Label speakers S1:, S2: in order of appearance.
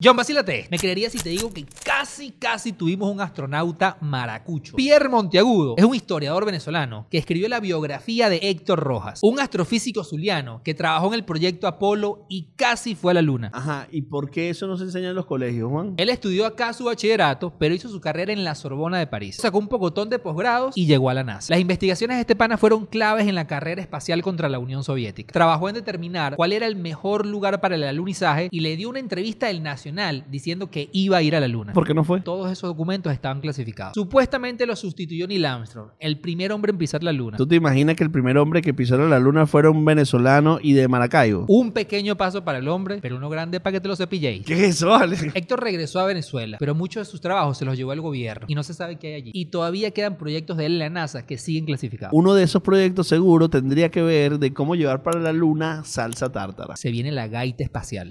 S1: John, vacílate. Me creería si te digo que casi, casi tuvimos un astronauta maracucho. Pierre Monteagudo es un historiador venezolano que escribió la biografía de Héctor Rojas, un astrofísico zuliano que trabajó en el proyecto Apolo y casi fue a la Luna.
S2: Ajá, ¿y por qué eso no se enseña en los colegios, Juan?
S1: Él estudió acá su bachillerato, pero hizo su carrera en la Sorbona de París. Sacó un pocotón de posgrados y llegó a la NASA. Las investigaciones de este pana fueron claves en la carrera espacial contra la Unión Soviética. Trabajó en determinar cuál era el mejor lugar para el alunizaje y le dio una entrevista al Nacional diciendo que iba a ir a la Luna.
S2: ¿Por qué no fue?
S1: Todos esos documentos estaban clasificados. Supuestamente lo sustituyó Neil Armstrong, el primer hombre en pisar la Luna.
S2: ¿Tú te imaginas que el primer hombre que pisara la luna fuera un venezolano y de Maracaibo?
S1: Un pequeño paso para el hombre, pero uno grande para que te lo cepilléis.
S2: Uh, ¿Qué es eso, vale?
S1: Héctor regresó a Venezuela, pero muchos de sus trabajos se los llevó el gobierno y no se sabe qué hay allí. Y todavía quedan proyectos de él en la NASA que siguen clasificados.
S2: Uno de esos proyectos seguro tendría que ver de cómo llevar para la luna salsa tártara.
S1: Se viene la gaita espacial.